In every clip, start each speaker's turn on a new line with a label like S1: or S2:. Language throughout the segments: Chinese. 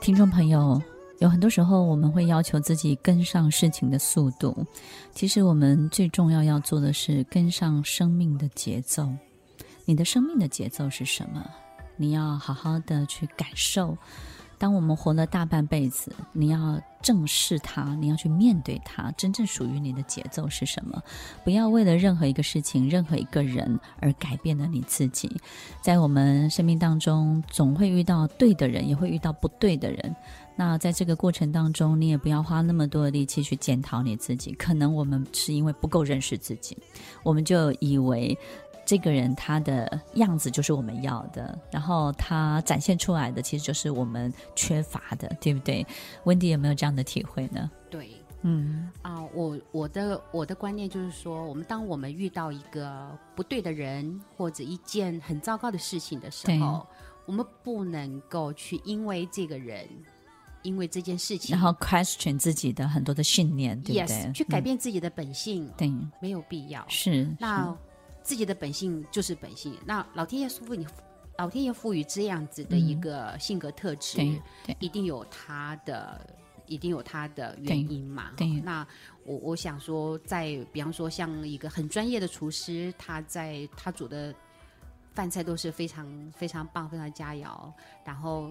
S1: 听众朋友，有很多时候我们会要求自己跟上事情的速度，其实我们最重要要做的是跟上生命的节奏。你的生命的节奏是什么？你要好好的去感受。当我们活了大半辈子，你要正视它，你要去面对它，真正属于你的节奏是什么？不要为了任何一个事情、任何一个人而改变了你自己。在我们生命当中，总会遇到对的人，也会遇到不对的人。那在这个过程当中，你也不要花那么多的力气去检讨你自己。可能我们是因为不够认识自己，我们就以为这个人他的样子就是我们要的，然后他展现出来的其实就是我们缺乏的，对不对？温迪有没有这样的体会呢？
S2: 对
S1: 嗯
S2: 啊、我我的我的观念就是说，我们当我们遇到一个不对的人或者一件很糟糕的事情的时候，我们不能够去因为这个人，因为这件事情，
S1: 然后 question 自己的很多的信念，啊对不对
S2: yes 去改
S1: 嗯
S2: 变自己的本性，
S1: 对，
S2: 没有必要。
S1: 是
S2: 那自己的本性就是本性，那老天爷赋予你，老天爷赋予这样子的一个性格特质，
S1: 嗯对对
S2: 一定有他的，一定有他的
S1: 对
S2: 原因嘛。
S1: 对
S2: 那我我想说在，比方说像一个很专业的厨师，他在他煮的饭菜都是非常非常棒，非常佳肴，然后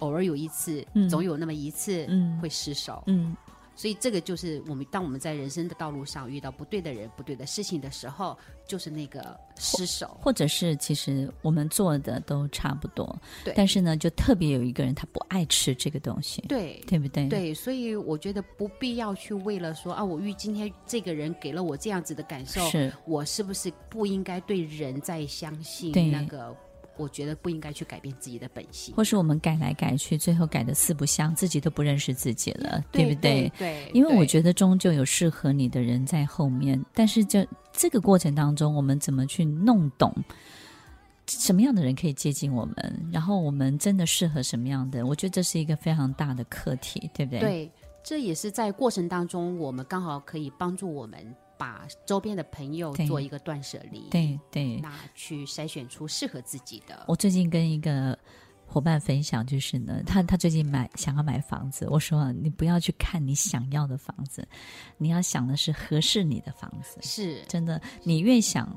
S2: 偶尔有一次，
S1: 嗯
S2: 总有那么一次
S1: 嗯
S2: 会失手。
S1: 嗯
S2: 所以这个就是我们当我们在人生的道路上遇到不对的人、不对的事情的时候，就是那个失手。
S1: 或者是其实我们做的都差不多，
S2: 对
S1: 但是呢，就特别有一个人他不爱吃这个东西，
S2: 对
S1: 对不对？，
S2: 对，所以我觉得不必要去为了说啊，我遇今天这个人给了我这样子的感受，
S1: 是
S2: 我是不是不应该对人再相信
S1: 对
S2: 那个？我觉得不应该去改变自己的本性，
S1: 或是我们改来改去，最后改的四不像，自己都不认识自己了，
S2: 对
S1: 不
S2: 对？对，
S1: 因为我
S2: 对
S1: 觉得终究有适合你的人在后面，但是这这个过程当中，我们怎么去弄懂什么样的人可以接近我们，然后我们真的适合什么样的人？我觉得这是一个非常大的课题，对不对？，
S2: 对，这也是在过程当中，我们刚好可以帮助我们把周边的朋友
S1: 对
S2: 做一个断舍离。
S1: 对对。
S2: 那去筛选出适合自己的。
S1: 我最近跟一个伙伴分享，就是呢，他他最近买想要买房子，我说你不要去看你想要的房子，你要想的是合适你的房子。
S2: 是
S1: 真的，你越想，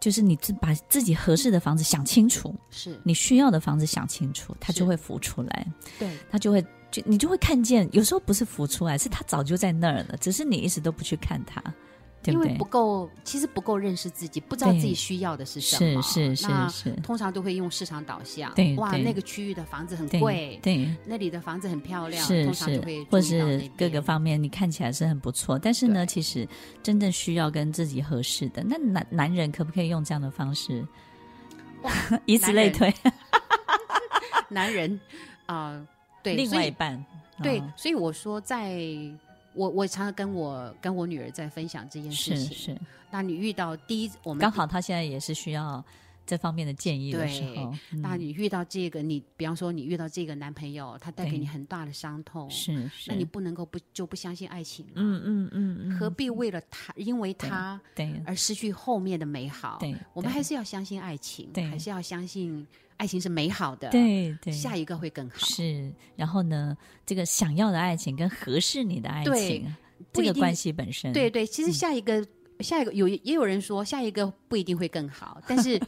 S1: 就是你自把自己合适的房子想清楚，
S2: 是，
S1: 你需要的房子想清楚，它
S2: 是
S1: 就会浮出来，
S2: 对
S1: 它就会就你就会看见。有时候不是浮出来，是它早就在那儿了，只是你一直都不去看它，对
S2: 因
S1: 对
S2: 为不？够，其实不够认识自己，不知道
S1: 对
S2: 自己需要的是什
S1: 是
S2: 么。
S1: 是是
S2: 那
S1: 是，
S2: 通常都会用市场导向。
S1: 对
S2: 哇，
S1: 对
S2: 那个区域的房子很
S1: 对
S2: 贵，
S1: 对。
S2: 那里的房子很漂亮，
S1: 是
S2: 通常
S1: 是
S2: 就会，
S1: 或
S2: 注意到
S1: 是
S2: 那
S1: 各个
S2: 边
S1: 方面，你看起来是很不错，但是呢，其实真正需要跟自己合适的，那男男人可不可以用这样的方式？以此
S2: 男
S1: 类
S2: 人
S1: 推，
S2: 男人啊、呃 对，
S1: 另
S2: 所
S1: 外
S2: 以
S1: 一半。
S2: 对
S1: 哦，
S2: 所以我说在。我我常常跟我跟我女儿在分享这件事
S1: 是
S2: 情。
S1: 是，
S2: 那你遇到第一，我们
S1: 刚
S2: 第
S1: 好他现在也是需要这方面的建议的时候，嗯
S2: 那你遇到这个，你比方说你遇到这个男朋友，他带给
S1: 对
S2: 你很大的伤痛，
S1: 是是，
S2: 那你不能够不就不相信爱情了？
S1: 嗯嗯嗯嗯，
S2: 何必为了他，因为他
S1: 对
S2: 而失去后面的美好？
S1: 对，
S2: 哦我们还
S1: 是
S2: 是要相信爱情，
S1: 对
S2: 还是要相信爱情是美好的，，
S1: 对对
S2: 下一个会更好。
S1: 是，然后呢，这个想要的爱情跟合适你的爱
S2: 对
S1: 情，
S2: 不
S1: 这
S2: 一
S1: 个
S2: 定
S1: 关系本身，
S2: 对对，其实下一个，下一个有也有人说下一个不一定会更好，但是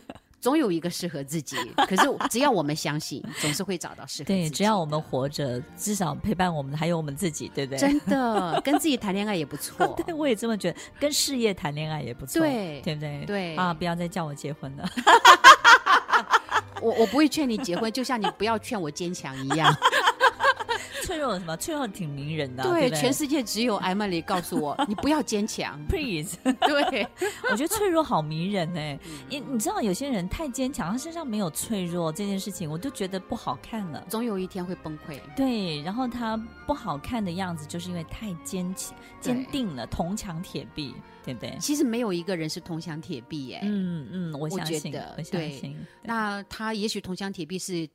S2: 总有一个适合自己。可是只要我们相信，总是会找到适合自己
S1: 对，
S2: 的。
S1: 只要我们活着，至少陪伴我们的还有我们 自己，对不对？。
S2: 真的跟自己谈恋爱也不错
S1: 对，我也这么觉得，跟事业谈恋爱也不错，
S2: 对
S1: 对不对？
S2: 对
S1: 啊，不要再叫我结婚了。
S2: 我我不会劝你结婚，就像你不要劝我坚强一 样。
S1: 脆弱有什么？脆弱挺迷人的啊，
S2: 对，
S1: 不对
S2: 全世界只有艾曼丽告诉我，你不要坚 强。
S1: please。
S2: 对，
S1: 我觉得脆弱好迷人哎、
S2: 嗯
S1: 因你知道有些人太坚强，他身上没有脆弱这件事情，我都觉得不好看了。
S2: 总有一天会崩溃。
S1: 对，然后他不好看的样子，就是因为太坚强、坚
S2: 对
S1: 定了，铜墙铁壁，对不对？
S2: 其实没有一个人是铜墙铁壁耶。
S1: 嗯嗯，我
S2: 我
S1: 相
S2: 觉
S1: 信，
S2: 得
S1: 我相
S2: 对
S1: 信。
S2: 那他也许铜墙铁壁是。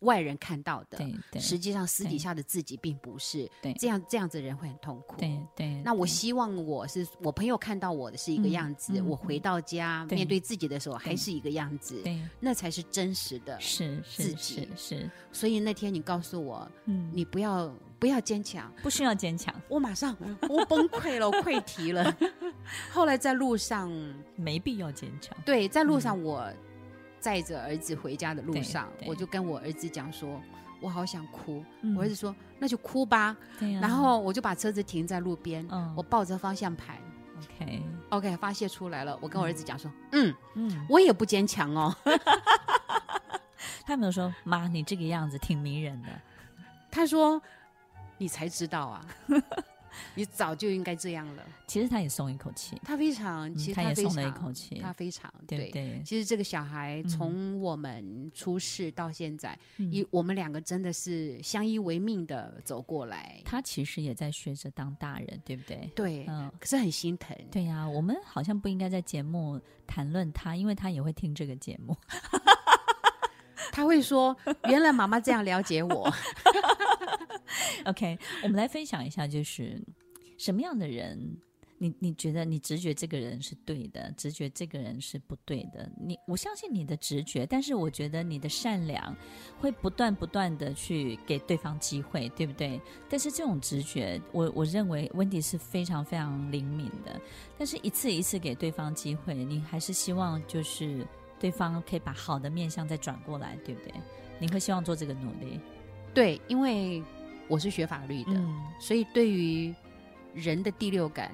S2: 外人看到的，
S1: 对对
S2: 实际上私底下的自己并不是
S1: 对
S2: 这样，这样子的人会很痛苦。
S1: 对对。
S2: 那我
S1: 对
S2: 希望我是我朋友看到我的是一个
S1: 嗯
S2: 样子，
S1: 嗯
S2: 我回到家
S1: 对
S2: 面对自己的时候还
S1: 对
S2: 是一个样子，
S1: 对
S2: 那才是真实的。
S1: 是
S2: 自
S1: 是
S2: 己
S1: 是是，
S2: 所以那天你告诉我，
S1: 嗯，
S2: 你不要不要坚强，
S1: 不需要坚强，
S2: 我马上 我崩溃了，我溃堤 了。后来在路上，
S1: 没必要坚强。
S2: 对，在路上我载着儿子回家的路
S1: 对
S2: 上，
S1: 对
S2: 我就跟我儿子讲说，我好想哭。
S1: 嗯
S2: 我儿子说那就哭吧，
S1: 对呀、
S2: 然后我就把车子停在路边，
S1: 嗯
S2: 我抱着方向盘。
S1: ，OK，
S2: OK，发泄出来了。我跟我儿子讲说，嗯，
S1: 嗯，
S2: 我也不坚强哦。
S1: 他没有说妈，你这个样子挺迷人的，
S2: 他说，你才知道啊， 你早就应该这样了。
S1: 其实他也松一口气，
S2: 他非常，
S1: 嗯
S2: 其实
S1: 他也
S2: 非
S1: 松了一
S2: 常，
S1: 口气，
S2: 他非常
S1: 对不对？
S2: 其实这个小孩
S1: 嗯
S2: 从我们出世到现在，
S1: 嗯
S2: 一我们两个真的是相依为命的走过来。
S1: 他其实也在学着当大人，对不对？
S2: 对，
S1: 嗯，
S2: 可是很心疼。
S1: 对呀、我们好像不应该在节目谈论他，因为他也会听这个节目。
S2: 他会说：“原来妈妈这样了解我。
S1: OK，我们来分享一下，就是什么样的人，你你觉得你直觉这个人是对的，直觉这个人是不对的。你我相信你的直觉，但是我觉得你的善良会不断不断的去给对方机会，对不对？但是这种直觉，我我认为温迪是非常非常灵敏的，但是一次一次给对方机会，你还是希望就是对方可以把好的面相再转过来，对不对？你会希望做这个努力，”
S2: 对，因为我是学法律的，
S1: 嗯。
S2: 所以对于人的第六感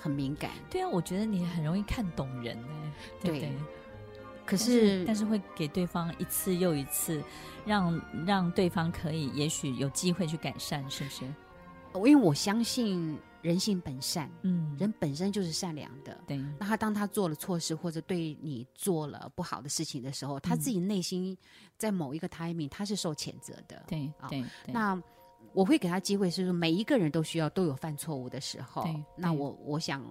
S2: 很敏感。
S1: 对啊，我觉得你很容易看懂人哎、对不
S2: 对
S1: 对？
S2: 可
S1: 但
S2: 是，
S1: 但是会给对方一次又一次，让让对方可以，也许有机会去改善，是不是？
S2: 因为我相信人性本善，
S1: 嗯，
S2: 人本身就是善良的。
S1: 对
S2: 那他当他做了错事，或者对你做了不好的事情的时候，他自
S1: 嗯
S2: 己内心在某一个 timing，他是受谴责的。
S1: 对
S2: 啊
S1: 对对，
S2: 那我会给他机会，是说每一个人都需要都有犯错误的时候
S1: 对。
S2: 那
S1: 对
S2: 我我想，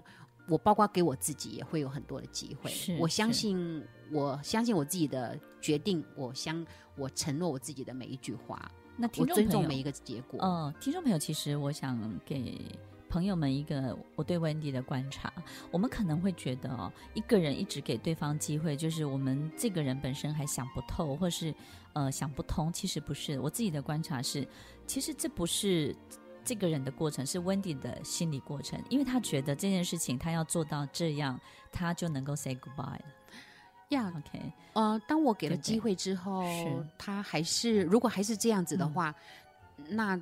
S2: 我包括给我自己也会有很多的机会
S1: 是。
S2: 我相
S1: 是
S2: 信，我相信我自己的决定，我相我承诺我自己的每一句话，
S1: 那
S2: 我
S1: 听众
S2: 尊重
S1: 朋
S2: 每一
S1: 友，
S2: 个结果。
S1: 嗯，听众朋友，其实我想给。朋友们，一个我对 Wendy 的观察，我们可能会觉得哦，一个人一直给对方机会，就是我们这个人本身还想不透，或是呃想不通。其实不是，我自己的观察是，其实这不是这个人的过程，是 Wendy 的心理过程，因为他觉得这件事情他要做到这样，他就能够 say goodbye 了。
S2: 呀，
S1: OK，
S2: 呃，当我给了
S1: 对对
S2: 机会之后
S1: 是，
S2: 他还是如果还是这样子的
S1: 嗯
S2: 话，那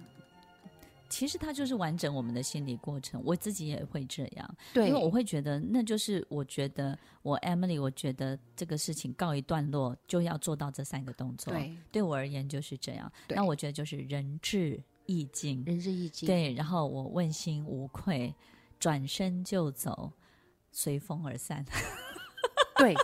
S1: 其实他就是完整我们的心理过程。我自己也会这样，
S2: 对，
S1: 因为我会觉得那就是我觉得我 Emily，我觉得这个事情告一段落就要做到这三个动作。，
S2: 对
S1: 对我而言就是这样。
S2: 对
S1: 那我觉得就是仁至义尽。
S2: 仁至义尽。，
S1: 对，然后我问心无愧，转身就走，随风而散。
S2: 对，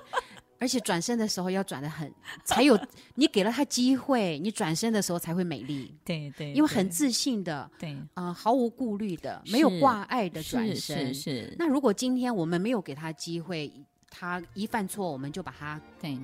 S2: 而且转身的时候要转的很，才有你给了他机会，你转身的时候才会美丽，
S1: 对对，
S2: 因为很
S1: 对
S2: 自信的，
S1: 对，
S2: 呃，毫无顾虑的，没有
S1: 是
S2: 挂碍的
S1: 是
S2: 转
S1: 是
S2: 身。
S1: 是，
S2: 那如果今天我们没有给他机会，他一犯错，我们就把他
S1: 对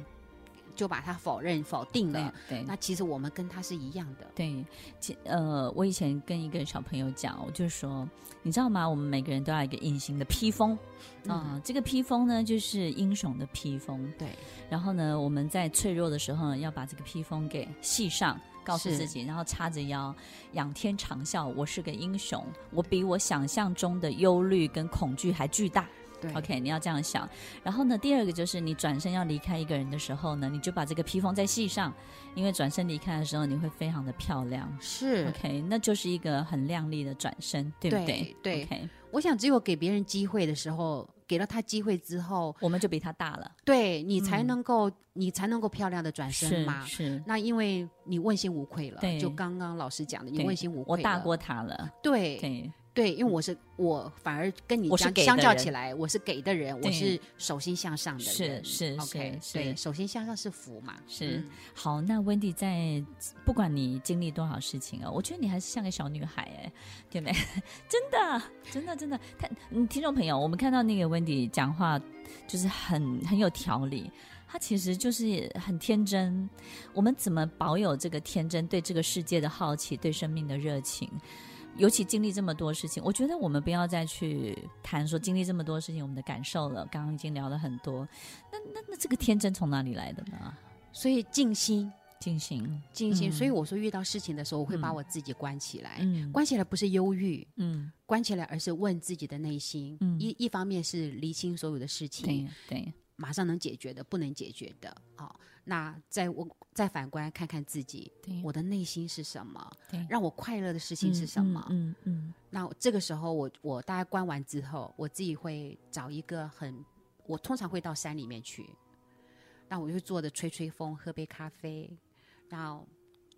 S2: 就把他否认否定
S1: 对
S2: 了。
S1: 对
S2: 那其实我们跟他是一样的，
S1: 对，其呃，我以前跟一个小朋友讲，我就说，你知道吗？我们每个人都要一个隐形的披风
S2: 嗯
S1: 啊、这个披风呢，就是英雄的披风。
S2: 对，
S1: 然后呢，我们在脆弱的时候呢，要把这个披风给系上，告诉
S2: 是
S1: 自己，然后叉着腰，仰天长啸，我是个英雄，我比我想象中的忧虑跟恐惧还巨大。
S2: 对
S1: OK，你要这样想。然后呢，第二个就是你转身要离开一个人的时候呢，你就把这个披风再系上，因为转身离开的时候你会非常的漂亮。
S2: 是。
S1: OK，那就是一个很靓丽的转身，对不对？
S2: 对对
S1: o k
S2: 我想只有给别人机会的时候，给了他机会之后，
S1: 我们就比他大了，
S2: 对你才
S1: 嗯
S2: 能够、你才能够漂亮的转身
S1: 是
S2: 嘛。
S1: 是，
S2: 那因为你问心无愧了，
S1: 对
S2: 就刚刚老师讲的，你
S1: 对
S2: 问心无愧
S1: 我
S2: 了。
S1: 大过他了，
S2: 对
S1: 对
S2: 对，因为我是我反而跟你
S1: 我是
S2: 相
S1: 给的
S2: 相较
S1: 人
S2: 起来，我是给的人，我
S1: 对
S2: 是手心向上的
S1: 是
S2: 人。
S1: 是
S2: OK，
S1: 是
S2: 对，
S1: 是
S2: 手心向上是福嘛？
S1: 是
S2: 嗯
S1: 好，那温迪在不管你经历多少事情啊、我觉得你还是像个小女孩哎、对不对？ 真的，真的，真的。他，嗯听众朋友，我们看到那个温迪讲话就是很很有条理，他其实就是很天真。我们怎么保有这个天真，对这个世界的好奇，对生命的热情？尤其经历这么多事情，我觉得我们不要再去谈说经历这么多事情我们的感受了。刚刚已经聊了很多，那那那这个天真从哪里来的呢？
S2: 所以静心，
S1: 进行，
S2: 静心。
S1: 嗯
S2: 所以我说遇到事情的时候，我会把
S1: 嗯
S2: 我自己关起来。
S1: 嗯
S2: 关起来不是忧郁，
S1: 嗯，
S2: 关起来而是问自己的内心。
S1: 嗯
S2: 一一方面是厘清所有的事情，
S1: 对对，
S2: 马上能解决的，不能解决的。好，那再我再反观看看自己，
S1: 对
S2: 我的内心是什么
S1: 对？
S2: 让我快乐的事情是什么？
S1: 嗯嗯
S2: 那这个时候我，我大概关完之后，我自己会找一个很，我通常会到山里面去，那我就坐着吹吹风，喝杯咖啡，然后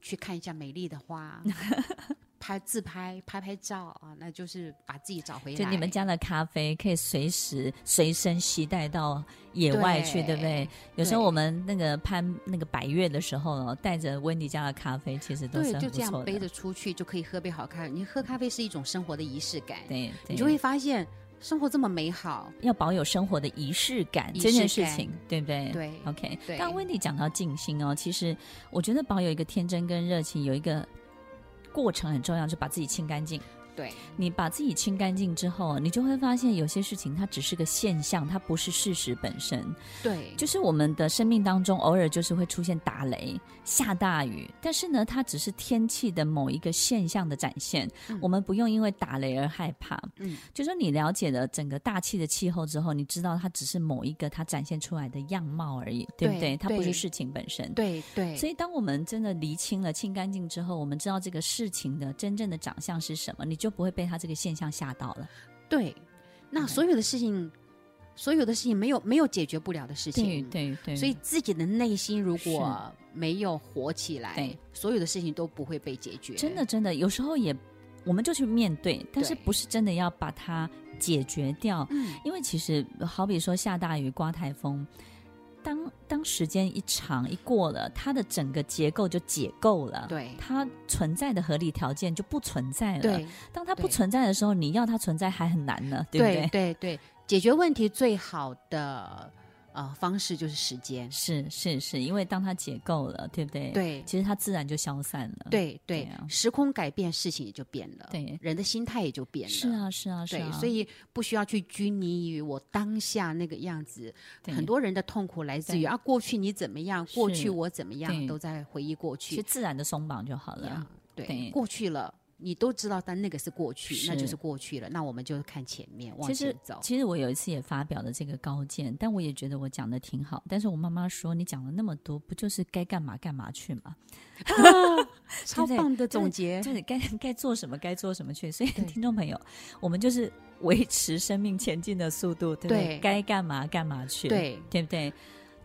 S2: 去看一下美丽的花， 拍自拍，拍拍照啊，那就是把自己找回
S1: 嗯，
S2: 来。
S1: 就你们家的咖啡可以随时随身携带到野外去，对不对？有时候
S2: 对
S1: 我们那个攀那个百越的时候哦，带着温迪家的咖啡，其实都
S2: 对
S1: 是，很
S2: 就
S1: 不
S2: 这样
S1: 错
S2: 背
S1: 的。
S2: 着出去就可以喝杯好咖啡。你喝咖啡是一种生活的仪式感，
S1: 对，对
S2: 你就会发现生活这么美好。
S1: 要保有生活的仪式感
S2: 仪
S1: 这件
S2: 式
S1: 事
S2: 感
S1: 情，对不对？
S2: 对
S1: OK，
S2: 对
S1: 刚刚温迪讲到静心哦，其实我觉得保有一个天真跟热情，有一个过程很重要，就把自己清干净。
S2: 对，
S1: 你把自己清干净之后，你就会发现有些事情它只是个现象，它不是事实本身。
S2: 对，
S1: 就是我们的生命当中，偶尔就是会出现打雷、下大雨，但是呢，它只是天气的某一个现象的展现。
S2: 嗯
S1: 我们不用因为打雷而害怕。
S2: 嗯，
S1: 就说你了解了整个大气的气候之后，你知道它只是某一个它展现出来的样貌而已，对不
S2: 对
S1: 对？它不是
S2: 对
S1: 事情本身。
S2: 对对，
S1: 所以，当我们真的厘清了、清干净之后，我们知道这个事情的真正的长相是什么，你就不会被它这个现象吓到了。
S2: 对，
S1: 嗯
S2: 那所有的事情，所有的事情没有没有解决不了的事
S1: 对
S2: 情，。
S1: 对对，
S2: 所以自己的内心如
S1: 是
S2: 果没有活起来
S1: 对，
S2: 所有的事情都不会被解决。
S1: 真的，真的，有时候也，我们就去面对，但是
S2: 对
S1: 不是真的要把它解决掉？
S2: 嗯，
S1: 因为其实好比说下大雨、刮台风，当当时间一长一过了，它的整个结构就解构了，
S2: 对
S1: 它存在的合理条件就不存在了。，
S2: 对
S1: 当它不
S2: 对
S1: 存在的时候，你要它存在还很难呢，对不
S2: 对对对，解决问题最好的呃方式就是时间。
S1: 是是是，因为当它解构了，对不对？，
S2: 对
S1: 其实它自然就消散了。
S2: 对
S1: 对
S2: 对
S1: 啊，
S2: 时空改变，事情也就变了，
S1: 对
S2: 人的心态也就变了。
S1: 是啊是啊是
S2: 对
S1: 啊，，
S2: 所以不需要去拘泥于我当下那个样子。
S1: 对
S2: 很多人的痛苦来自于
S1: 对
S2: 啊，过去你怎么样，过去
S1: 是
S2: 我怎么
S1: 对
S2: 样，都在回忆过
S1: 去
S2: 去。
S1: 自然的松绑就好了
S2: 呀。对，
S1: 对
S2: 过去了，你都知道，但那个是过去，那就是是过去了。那我们就看前面，往
S1: 其实
S2: 前走。
S1: 其实我 有一次也发表了这个高见，但我也觉得我讲的挺好。但是我妈妈说你讲了那么多，不就是该干嘛干嘛去嘛？
S2: 超
S1: 对
S2: 棒
S1: 对
S2: 的总结，
S1: 就是该 该做什么该做什么去。所以
S2: 对
S1: 听众朋友，我们就是维持生命前进的速度，对不对？
S2: 对
S1: 该干嘛干嘛去，
S2: 对
S1: 对不对？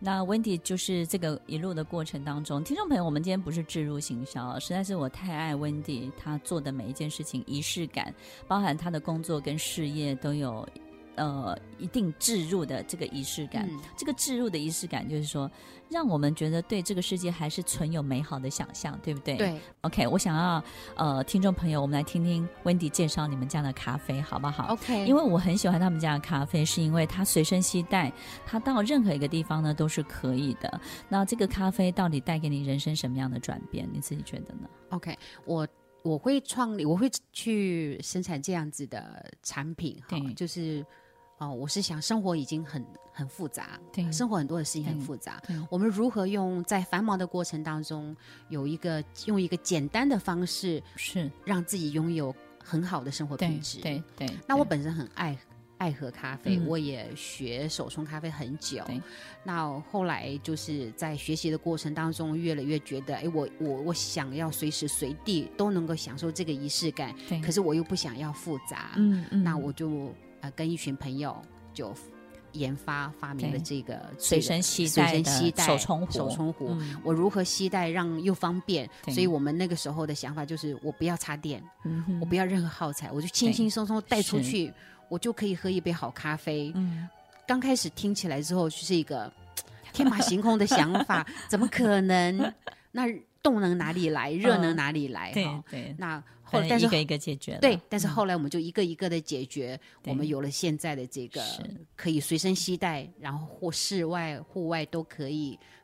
S1: 那 Wendy 就是这个一路的过程当中，听众朋友，我们今天不是置入行销，啊实在是我太爱 Wendy 她做的每一件事情，仪式感，包含她的工作跟事业都有呃一定置入的这个仪式感。
S2: 嗯
S1: 这个置入的仪式感，就是说，让我们觉得对这个世界还是存有美好的想象，对不对？
S2: 对，
S1: OK，我想要呃，听众朋友，我们来听听 Wendy 介绍你们家的咖啡，好不好
S2: OK，
S1: 因为我很喜欢他们家的咖啡，是因为它随身携带，它到任何一个地方呢都是可以的。那这个咖啡到底带给你人生什么样的转变？你自己觉得呢？
S2: OK，我我会创立，我会去生产这样子的产品哈
S1: 对，
S2: 就是哦、我是想生活已经很很复杂，
S1: 对
S2: 生活很多的事情很
S1: 对
S2: 复杂
S1: 对，
S2: 我们如何用在繁忙的过程当中，有一个用一个简单的方式，
S1: 是
S2: 让自己拥有很好的生活品质。，
S1: 对。
S2: 那我本身很爱。爱喝咖啡，
S1: 嗯
S2: 我也学手冲咖啡很久
S1: 对。
S2: 那后来就是在学习的过程当中，越来越觉得，哎，我我我想要随时随地都能够享受这个仪式感，
S1: 对
S2: 可是我又不想要复杂。
S1: 嗯嗯，
S2: 那我就呃跟一群朋友就研发发明
S1: 对
S2: 了这个
S1: 随
S2: 这个
S1: 身携
S2: 随
S1: 带
S2: 身
S1: 的
S2: 携带
S1: 手冲壶，
S2: 手冲壶。
S1: 嗯
S2: 我如何携带让又方便？
S1: 对
S2: 所以我们那个时候的想法就是，我不要插电，
S1: 嗯哼
S2: 我不要任何耗材，我就轻轻松松带出
S1: 是
S2: 去，我就可以喝一杯好咖啡。
S1: 嗯
S2: 刚开始听起 来之后，就是一个天马行空的想法，怎么可能？那动能哪里来，热能哪里来
S1: 嗯对
S2: 哈。
S1: 对，
S2: 那后
S1: 反正
S2: 来，但是
S1: 一个一个解决了。
S2: 对，但是后来我们就一个一个的解决，
S1: 对
S2: 我们有了现在的这个
S1: 是
S2: 可以随身携带，然后或室外、户外都可以